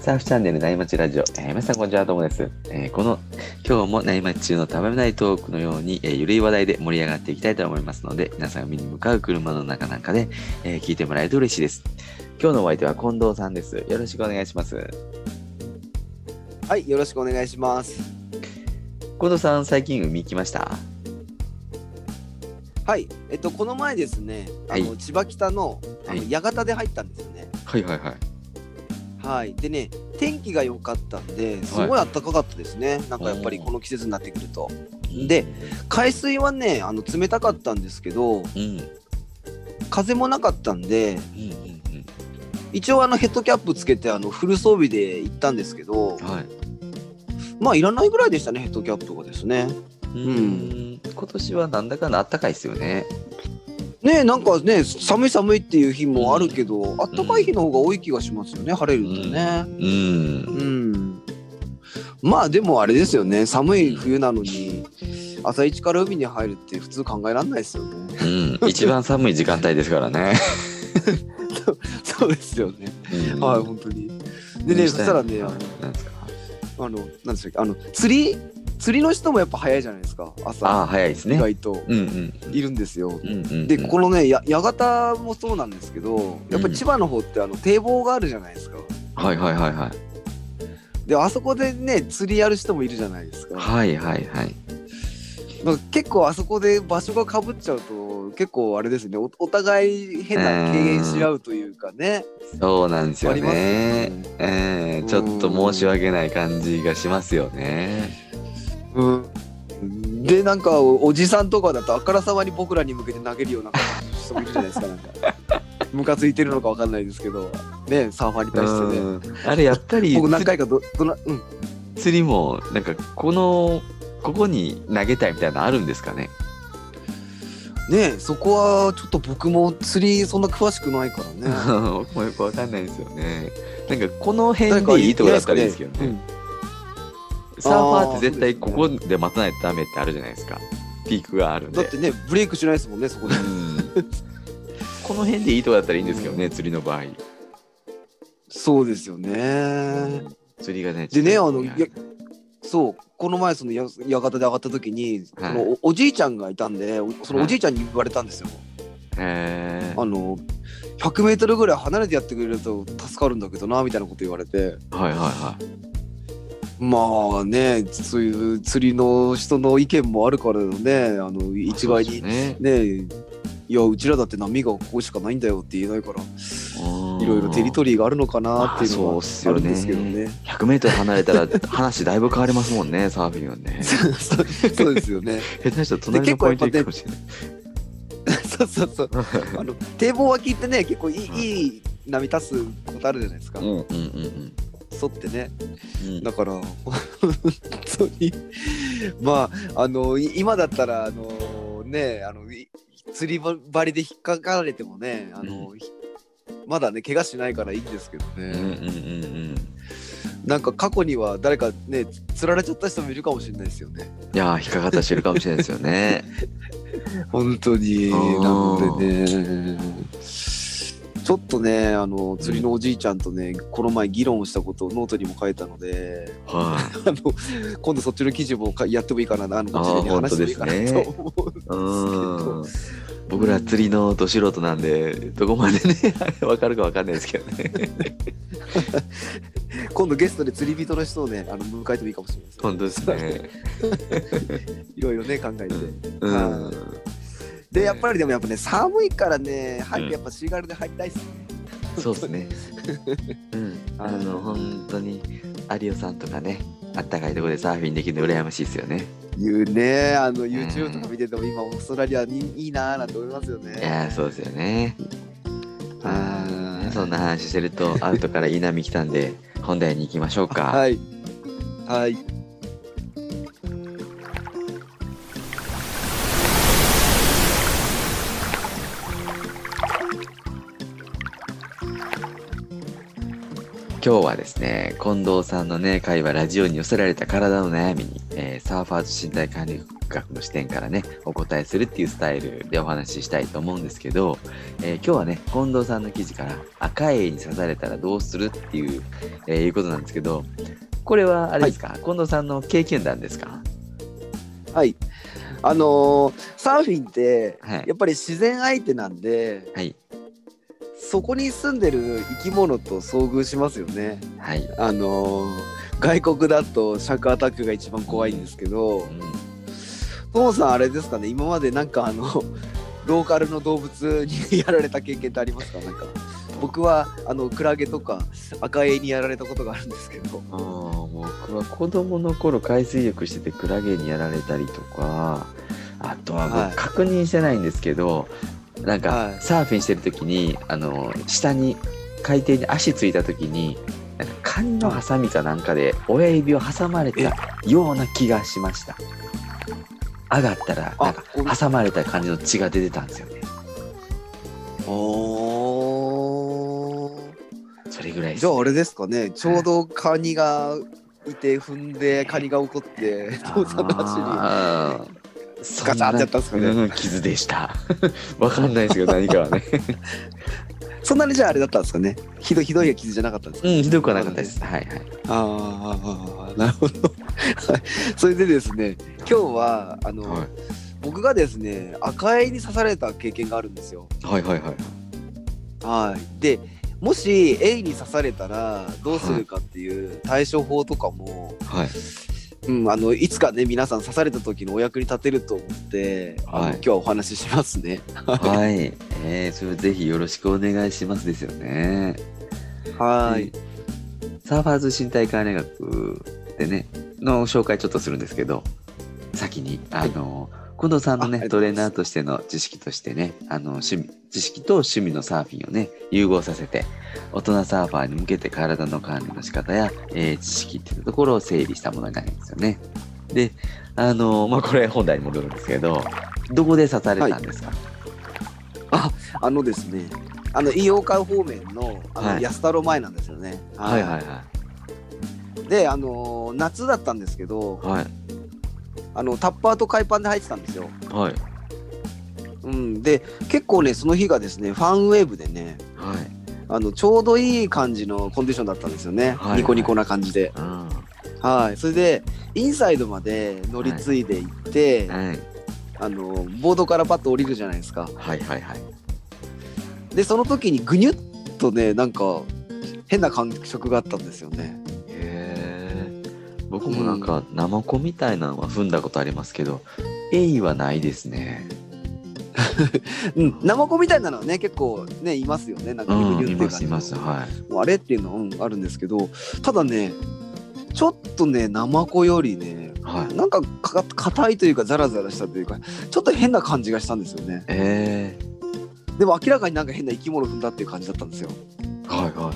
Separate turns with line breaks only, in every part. サーフチャンネル内町ラジオ、えー皆さんこんにちは、どうもです。えーこの今日も内町中のたまめないトークのように、えーゆるい話題で盛り上がっていきたいと思いますので、皆さんが見に向かう車の中なんかで、えー聞いてもらえると嬉しいです。今日のお相手は近藤さんです。よろしくお願いします。
はい、よろしくお願いします。
近藤さん、最近海行きました
はい、えっと、この前ですね、あの、
は
千葉北の、あの、
はい
八幡で入ったんですよね。
はいはいはい。
はい、でね、天気が良かったんで、すごい暖かかったですね。なんかやっぱりこの季節になってくると。で、海水はね、あの、冷たかったんですけど、
うん、うん、
風もなかったんで、
うん、
一応あのヘッドキャップつけて、あの、フル装備で行ったんですけど
うん。、はい。
まあ、いらないぐらいでしたね、ヘッドキャップがですね。
うん、今年はなんだかんだ暖かいですよね。
ねえ、なんかね、寒い寒いっていう日もあるけど、暖かい日の方が多い気がしますよね、晴れるとね。
うん。
うんまあでもあれですよね寒い冬なのに朝一から海に入るって普通考えられないですよね
うん、一番寒い時間帯ですから ね。
そうですよね、
うん
はい本当にでねそしたらねあ
はい
の
なんですか
あのなんでしたっけあの釣り釣りの人もやっぱ早いじゃないですか
ああ、
朝
早いです
意
ね。
外と
うんうん。
いるんですよ、
うんうんうん
でここのねや八幡もそうなんですけどやっぱ千葉の方ってあの堤防があるじゃないですか
はいはいはいはい。
であそこでね釣りやる人もいるじゃないですか
はいはいはい。
なんか結構あそこで場所がかぶっちゃうと結構あれですねおお互い変な敬遠し合うというかね、
そうなんですよ
ありますよ
ね。
ね
えー、ちょっと申し訳ない感じがしますよね。
うん、でなんかおおじさんとかだとあからさまに僕らに向けて投げるような人もいるじゃないですかなん かムカついてるのかわかんないですけどねサーファーに対してね
うんあれやっぱり
僕何回かどどな、うん、
釣りもなんかこのここに投げたいみたいなのあるんですかね。
ねそこはちょっと僕も釣りそんな詳しくないからね
僕もよくわかんないですよね。なんかこの辺でいいとこだったらいいですけどね。サーファーって絶対ここで待たないとダメってあるじゃないですか。ピークがあるん
うんだ
で。
ってねブレイクしないですもんねそこで
うんこの辺でいいとこだったらいいんですけどね、釣りの場合。
そうですよね
釣りがね。
でね
ちょっと
あの
いや
いやそうこの前そのや館で上がった時に、
はい
そのおおじいちゃんがいたんでおその
はい
おじいちゃんに言われたんですよ、
へー
あの 100m ぐらい離れてやってくれると助かるんだけどなみたいなこと言われて
はいはいはい。
まあねそういう釣りの人の意見もあるからねあの一概
そう
に
ですよね。
ねいやうちらだって波がここしかないんだよって言えないからい
い
ろいろテリトリーがあるのかなっていうの
あーそう
は
っす
あ
よね
るんですけどね。
100メートル離れたら話だいぶ変わりますもんね、サーフィンはね。
そうそうですよね。
下手したら隣のポイント行
で
くかもしれない。
そうそうそう。あの堤防脇ってね結構いい,、いい波立つことあるじゃないですか、
うんうんうん
沿ってね
うん。
だから本当にまああのい今だったらあのねあのい釣り針で引っかかられてもねあの、ひまだね怪我しないからいいんですけど
うんうん
ね、
うんうん。
なんか過去には誰かね釣られちゃった人もいるかもしれないですよね
いやー、引っかかった人いるかもしれないですよ ね。
本当に
あー
なのでねちょっとねあの釣りのおじいちゃんとね、この前議論をしたことをノートにも書いたので
はい。
あの今度そっちの記事もかやってもいいかなあのこっちでね
あー
話してもいいかな
本当
と思
う
う
ん
で。
僕ら釣りのど素人なんで、どこまでね、 あれわかるかわかんないですけどね。
今度ゲストで釣り人の人をねあの迎えてもいいかもしれないです
本当ですね。
いろいろね考えて、
うん。
でやっぱりでもやっぱね寒いからね入ってやっぱシーガルで入りたいっすね、
そうです ね。うん、あの本当に有オさんとかね、あったかいところでサーフィンできるの羨ましいですよね。
言うねあの YouTube とか見てても今オーストラリアにいいなーなんて思いますよね
いやーそうですよね。あー
はい
そんな話してるとアウトからいい波来たんで本題に行きましょう か。
はい。はい。
今日はですね近藤さんのね会話ラジオに寄せられた体の悩みに、えーサーファーと身体管理学の視点からねお答えするっていうスタイルでお話ししたいと思うんですけど、えー今日はね近藤さんの記事から「赤い絵に刺されたらどうする?」っていう,、えーいうことなんですけどこれはあれですか、近藤さんの経験談ですか
はいあのーサーフィンって
はい
やっぱり自然相手なんで
はい
そこに住んでる生き物と遭遇しますよね
はい、
あのー外国だとシャークアタックが一番怖いんですけど
うん
トモさんあれですかね今までなんかあの ローカルの動物にやられた経験ってありますかなんか僕はあのクラゲとか赤エイにやられたことがあるんですけど
あー僕は子供の頃海水浴しててクラゲにやられたりとかあとは
はい
僕確認してないんですけど、なん
は
か
い
サーフィンしてる時にあの下に海底に足ついた時になんかカニのハサミかなんかで親指を挟まれたような気がしました上がったらなん
あ
か
こん
挟まれた感じの血が出てたんですよね
おー
それぐらいです
じゃああれですかねちょうどカニがいて踏んでカニが怒って父さんの足に
あーそ
ガチャってやったんですかね
うん傷でした わかんないですけど何かはね
そんなにじゃああれだったんですかねひどいひどい傷じゃなかったんです か、
うん、ひどくはなかったです。はいはい。
あーあーなるほどはいそれでですね今日はあの、僕がですね赤いに刺された経験があるんですよ
はいはいはい。
はいでもし A に刺されたらどうするかっていう対処法とかも、
はい。
うん、あのいつかね皆さん刺された時のお役に立てると思って、あの
はい
今日はお話ししますね。
はい。えー、それぜひよろしくお願いしますですよね。
はい、
サーファーズ身体管理学でね、の紹介ちょっとするんですけど、先に、あの、近藤さんの
ああ
ね、
りがと
ト
うご
レ
ざ
ー
い
ナ
ます
ーとしての知識としてね、あの、趣味、知識と趣味のサーフィンをね、融合させて、大人サーファーに向けて体の管理の仕方や、えー知識っていうところを整理したものになりますよね。で、あの、まあ、これ本題に戻るんですけど、どこで刺されたんですか、
あのですねあの飯岡方面のあの、
はい
安太郎前なんですよね。、
いはい
であのー夏だったんですけど
い。はい。
あのタッパーと海パンで入ってたんですよ。
はい。
うん、で結構ねその日がですねファンウェーブでね
はい。
あのちょうどいい感じのコンディションだったんですよね、
はい
ニコニコな感じで。
うん。
はい、それでインサイドまで乗り継いでいって、
はい。
あのボードからパッと降りるじゃないですか
はいはいはい。
でその時にぐにゅっとねなんか変な感触があったんですよね
へえ僕もなんかナマコみたいなのは踏んだことありますけど、エイはないですね。
うんナマコみたいなのはね結構ねいますよねなんか
うん、
ぐにゅって
い
いう感
ま
じ
す
の
います。は
もうあれっていうのは、うんあるんですけどただねちょっとねナマコよりね
い。はい。
なんかか硬いというかザラザラしたというかちょっと変な感じがしたんですよね
ええ
でも明らかになんか変な生き物踏んだっていう感じだったんですよ
はいは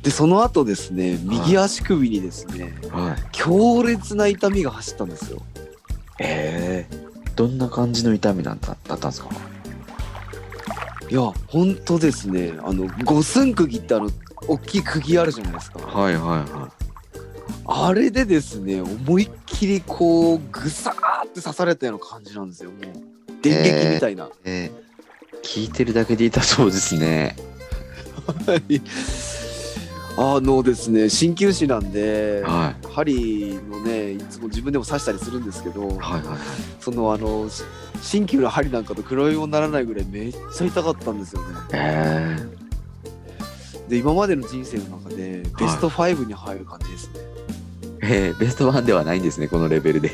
でその後ですね右足首にですね、
いはい。はい。
強烈な痛みが走ったんですよ
ええどんな感じの痛みなんだだったんですか。
いや本当ですねあの五寸釘ってあの大きい釘あるじゃないですか
はいはいは
あれでですね思いっきりこうぐさーって刺されたような感じなんですよもう電撃みたいな、
い。ええ聞いてるだけで痛そうですね。
あのですね鍼灸師なんで、
は
針のねいつも自分でも刺したりするんですけど
い。はいはいはい。
そのあのし鍼灸の針なんかと比べもならないぐらいめっちゃ痛かったんですよね
ええ
で今までの人生の中でベスト5に入る感じですね、
ええベストワンではないんですね、このレベルで。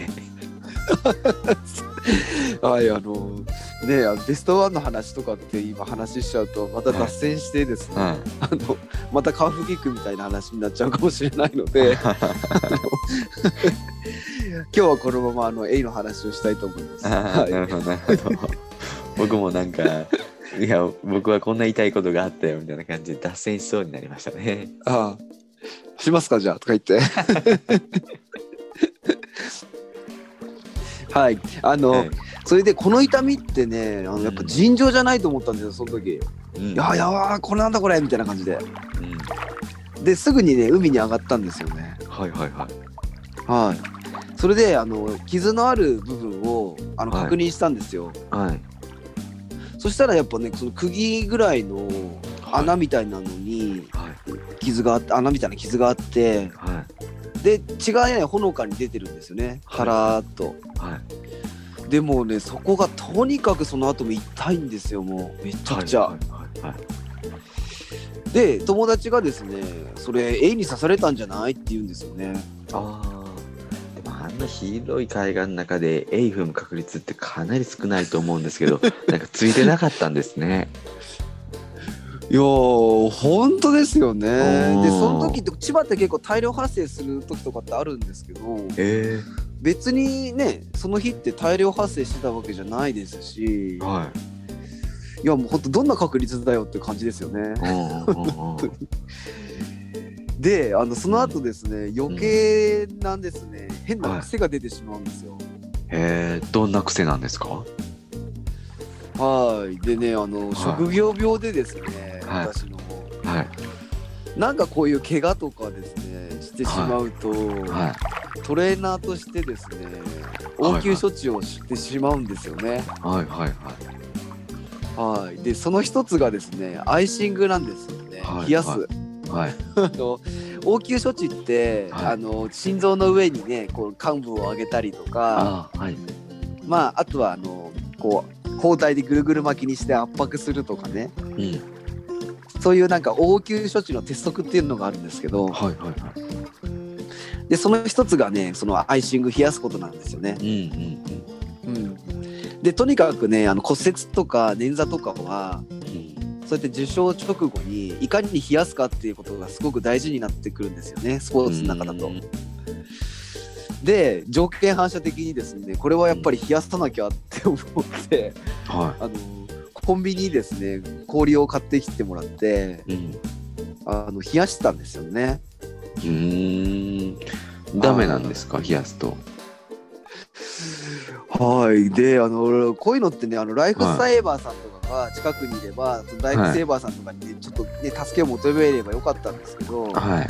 はい、あのねあのベストワンの話とかって今話しちゃうとまた脱線してですね、
は
あのまたカーフキックみたいな話になっちゃうかもしれないの
い。
で今日はこのままあの A の話をしたいと思います。
あ
は
ー
い
なるほどなるほど僕もなんか いや僕はこんな痛いことがあったよみたいな感じで脱線しそうになりましたね
ああしますかじゃあとか 言って。はいあの、
はい
それでこの痛みってねあのやっぱ尋常じゃないと思ったんですよその時。
うん
いややばーこれなんだこれみたいな感じで。
うん
ですぐにね海に上がったんですよね。
はいはいはい
はい。それであの傷のある部分をあの
はい
確認したんですよ、
はい。
そしたらやっぱねその釘ぐらいの穴みたいなのに
はい。
傷があって穴みたいな傷があって
は
で違いないほのかに出てるんですよねはらーっと
い。はい。
でもうねそこがとにかくその後も痛いんですよもうめちゃくちゃ、
はい。はい。はい。
で友達がですねそれ絵に刺されたんじゃないって言うんですよね
ああ。でもあんな広い海岸の中でエイ踏む確率ってかなり少ないと思うんですけ ど、なんかついてなかったんですね。
いやー本当ですよね
うん
でその時って千葉って結構大量発生する時とかってあるんですけど
え
別にねその日って大量発生してたわけじゃないですしい
はい。
やもう本当どんな確率だよって感じですよね
うんうんうんうん
であのその後ですね余計なんですね変な癖が出てしまうんですよ
えー、どんな癖なんですか。
はいでねあの
い
職業病でですね
はい
私の
はい。
なんかこういう怪我とかですねしてしまうと、
はい。
トレーナーとしてですね
はい
応急処置をしてしまうんですよね。
はい。はい。はい。
はい、でその一つがですねアイシングなんですよね、
はい
冷やす、
ははい。
あの応急処置って、
はい
あの心臓の上にねこう患部を上げたりとか
ああ、はい。
まああとはあのこう包帯でぐるぐる巻きにして圧迫するとかね
うん。
そういうなんか応急処置の鉄則っていうのがあるんですけど
はい。はい。はい。
でその一つがねそのアイシング冷やすことなんですよね。
うん。うん。うん。
でとにかくねあの骨折とか捻挫とかはそうやって受傷直後にいかに冷やすかっていうことがすごく大事になってくるんですよねスポーツの中だと
うん。
で条件反射的にですねこれはやっぱり冷やさなきゃって思って
は
あのコンビニにですね氷を買ってきてもらって
い。うん。
あの冷やしたんですよね。
うーん。ダメなんですか、冷やすと。
はいであのこういうのってねあのライフサイバーさんとかが近くにいれば、そのライフセーバーさんとかにね、ちょっとね助けを求めればよかったんですけど。
はい。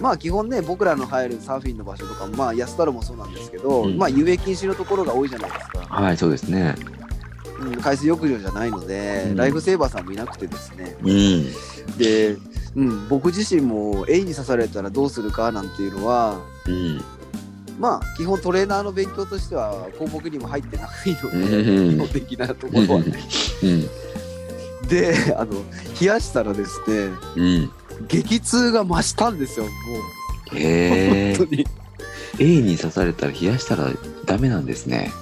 まあ基本ね僕らの入るサーフィンの場所とかもまあ安太郎もそうなんですけど、
うん
まあ遊泳禁止のところが多いじゃないですか、
はい、そうですね。
うん、海水浴場じゃないので、
うん
ライフセーバーさんもいなくてですね
うん。
で、うん、僕自身もエイに刺されたらどうするかなんていうのは
うん。
まあ基本トレーナーの勉強としては項目にも入ってないの
うん
で基本的なところはね
うん。
であの冷やしたらですね
うん。
激痛が増したんですよもう
へえ
本。当に。
A に刺されたら冷やしたらダメなんですね。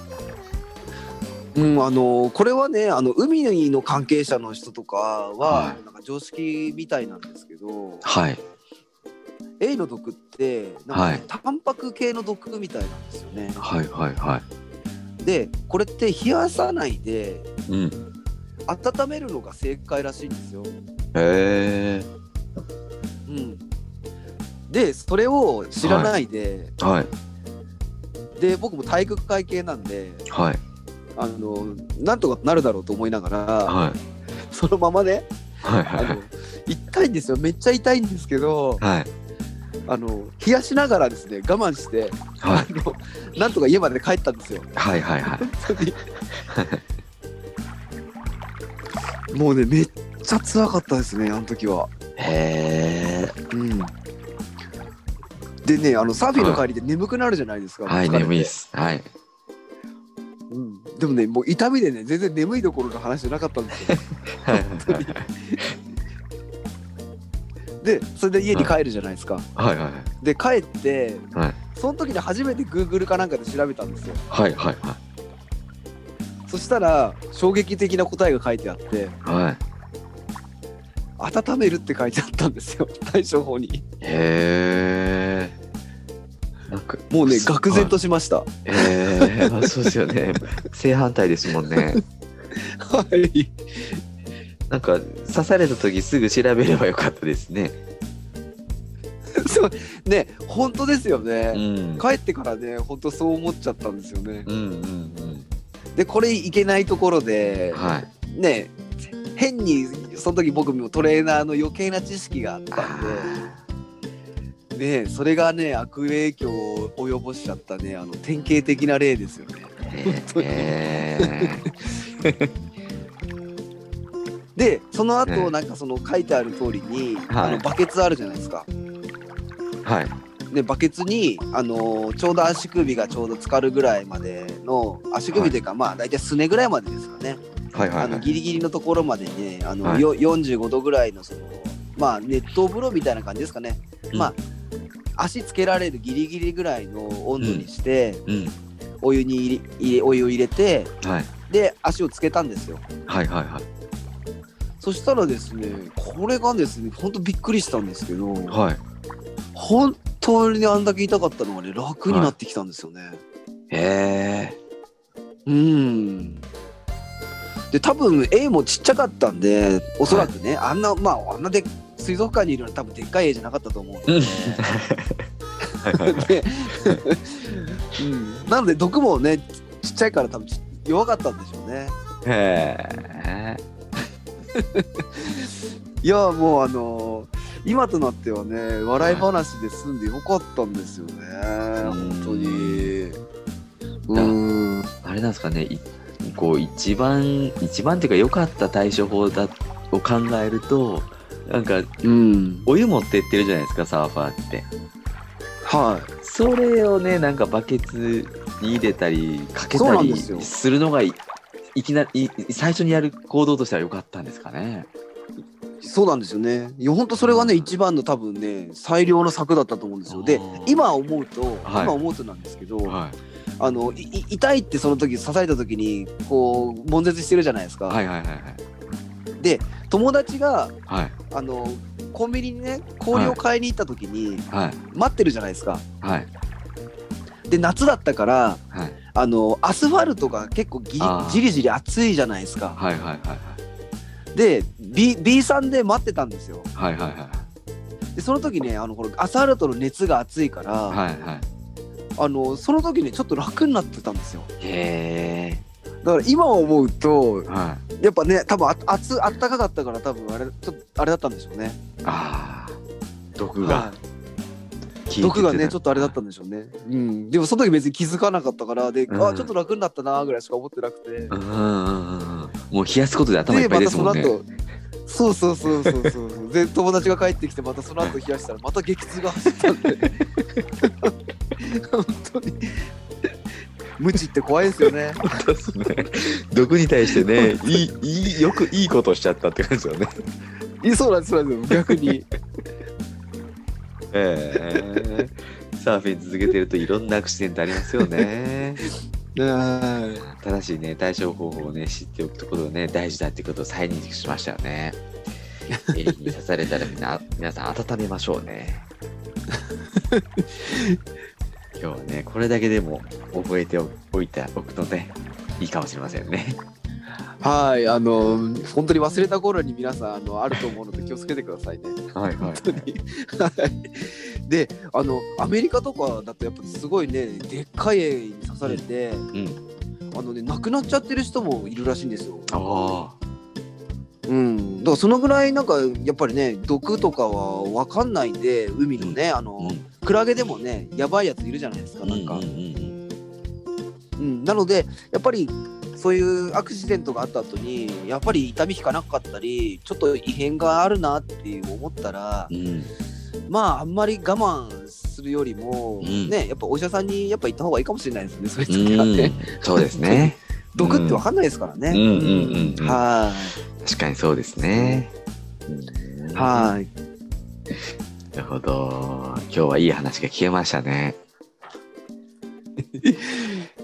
うん、あのこれはねあの海の関係者の人とかは
は、い
なんか常識みたいなんですけど
はい。
エイの毒って
は
なん
い
かタンパク系の毒みたいなんですよね。
はいはいは
でこれって冷やさないで
い。うん。
温めるのが正解らしいんですよ。
へえ。
うん、でそれを知らないで、
はい。
で僕も体育会系なんで
はい。
あのなんとかなるだろうと思いながら、
はい。
そのままね
はい
あ
はいはい
の痛いんですよめっちゃ痛いんですけど。
はい。
あの冷やしながらですね我慢して、
はい。
あのなんとか家まで帰ったんですよ。
はいはいはい。
本当にもうねめっちゃ辛かったですねあの時は。
へえ。
うん、でねあのサーフィンの帰りで眠くなるじゃないですか。
はい、
疲れて
眠いっ、す。はい。
うん。でもねもう痛みでね全然眠いどころの話じゃなかったんですよ。
はい
でそれで家に帰るじゃないですか。
はいはい。
で帰って
はい
その時に初めて Google かなんかで調べたんですよ。
はいはいは
そしたら衝撃的な答えが書いてあって。
い。はい。
温めるって書いてあったんですよ 対処法に
へえ。なんか
もう
は
ね
い
愕然としましたは
ええまあそうですよね。正反対ですもんね。
い
なんか刺された時すぐ調べればよかったですね。
そうね本当ですよ
う
ね、
ん。
帰ってからね本当そう思っちゃったんですよね
うんうん
でこれいけないところ
う
で
ん。はい。
ね変にその時僕もトレーナーの余計な知識があったん
あ
ねそれがね悪影響を及ぼしちゃったねあの典型的な例ですよね。
えー
でその後、
ね
なんかその書いてある通りに、
はい
あのバケツあるじゃないですか。
はい。
ねバケツにあのーちょうど足首がちょうど浸かるぐらいまでの足首というか、まあ大体すねぐらいまでですかね、
はいは
あ
いは
の
い。
ギリギリのところまでねあの、
はい
よ45度ぐらいのそのまあ熱湯風呂みたいな感じですかね、
うん
まあ足つけられるギリギリぐらいの温度にして、
うん。
お湯に入れ入れお湯を入れて
はい。
で足をつけたんですよ
はいはいはい。
そしたらですねこれがですねほんとびっくりしたんですけど、
はい。
本当にあんだけ痛かったのがね楽になってきたんですよね、
え
うんで多分 A もちっちゃかったんでおそらくね、あんなまああんなで水族館にいるのは多分でっかい A じゃなかったと思うので、
ー。 はいはいはい。
でうん、なので毒もねちっちゃいから多分ち弱かったんでしょうね
へえ。
いやもうあのー今となってはね笑い話で済んでよかったんですよね、本当にうん
あれなんですかね、いこう一番、一番っていうか良かった対処法だを考えると、なんか
うん
お湯持ってってるじゃないですか、サーファーって。
はい
それをね、なんかバケツに入れたり、かけ
そ
た
うなん
り
ですよ
するのがい、いきなり、い最初にやる行動としては良かったんですかね。
そうなんですよね。いや本当それがね、
うん
一番の多分ね最良の策だったと思うんですよ。
あ
で
ー
今思うと、
はい
今思うとなんですけど、
は
あのいい痛いってその時刺された時にこう悶絶してるじゃないですか。
い。はいはいはい
で友達が
はい。
あのコンビニにね氷を買いに行った時に
はい。はい。
待ってるじゃないですか。
はい。
で夏だったから
はい。
あのアスファルトが結構ギリ
あー
じりじり熱いじゃないですか。
はいはいはいはい。
で B, B さんで待ってたんですよ。
はいはいはい。
でその時ねあのこのアスファルトの熱が熱いから。
はいは
あのその時にちょっと楽になってたんですよ
い。へ
だから今思うと
え。はい。
やっぱね多分あ暑あったかかったから多分あれちょっとあれだったんでしょうね
ああ。毒が
はい
効いてて
毒がねちょっとあれだったんでしょうねうんでもその時別に気づかなかったからで、
うん
あちょっと楽になったなぐらいしか思ってなくて
うんうんうんうん。もう冷やすことで頭いっぱいですもんね。
またその後そうそうそうそうそうそうで友達が帰ってきてまたその後冷やしたらまた激痛が走ったんで本当に無知って怖いです よね
そうですね。毒に対して ね、いい、いい、よくいいことをしちゃったって感じですよね。
いやそうなんですそうなんです逆に
ええサーフィン続けてるといろんなアクシデントありますよね。
はい
正しいね、対処方法をね、知っておくところがね、大事だってことを再認識しましたよね。襟に刺されたらみんな、 皆さん温めましょうね。 今日はね、これだけでも覚えておいておくとね、いいかもしれませんね。
はい、あの本当に忘れた頃に皆さんあのあると思うので気をつけてくださいね。
はいはい。
本当に。はい。で、あのアメリカとかだとやっぱすごいね、でっかい絵に刺されて、
うん。
あのね亡くなっちゃってる人もいるらしいんですよ。
あ
うん。だからそのぐらいなんかやっぱりね、毒とかはわかんないんで、海のね、あ
あ。
の、
うん。
クラゲでもね、やばいやついるじゃないですか。なんか。
うんうんうん
うん、なのでやっぱりそういうアクシデントがあった後にやっぱり痛み引かなかったりちょっと異変があるなっていう思ったら
うん、
まああんまり我慢するよりも、
うん
ねやっぱお医者さんにやっぱ行った方がいいかもしれないですねそういう時は
う
ね
ん、そうですね。
毒ってわかんないですからね。
うんうんうんうん
は
確かにそうですね。
いはい
い。なるほど。今日はいい話が聞けましたね。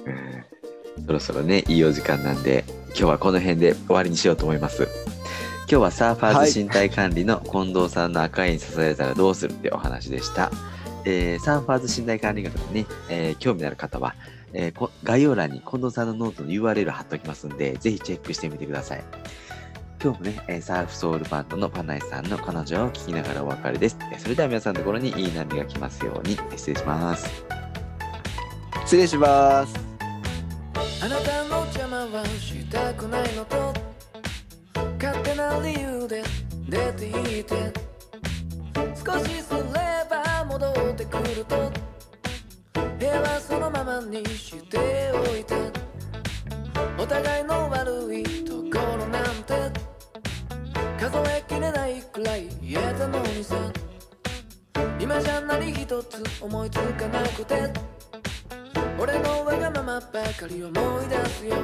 うんそろそろね、いいお時間なんで、今日はこの辺で終わりにしようと思います。今日はサーファーズ身体管理の近藤さんの赤いに刺されたらどうするってお話でした。えーサーファーズ身体管理学に、えー興味のある方は、えーこ概要欄に近藤さんのノートの URL 貼っておきますので、ぜひチェックしてみてください。今日もね、えーサーフソウルバンドのパナイさんの彼女を聞きながらお別れです。えーそれでは皆さんのところにいい波が来ますように、失礼します。
失礼します。
あなたの邪魔はしたくないのと勝手な理由で出ていて少しすれば戻るくると部屋はそのままにしておいてお互いの悪いところなんて数えきれないくらい言えたのにさ今じゃ何一つ思いつかなくて俺のわがままばかり思い出すよ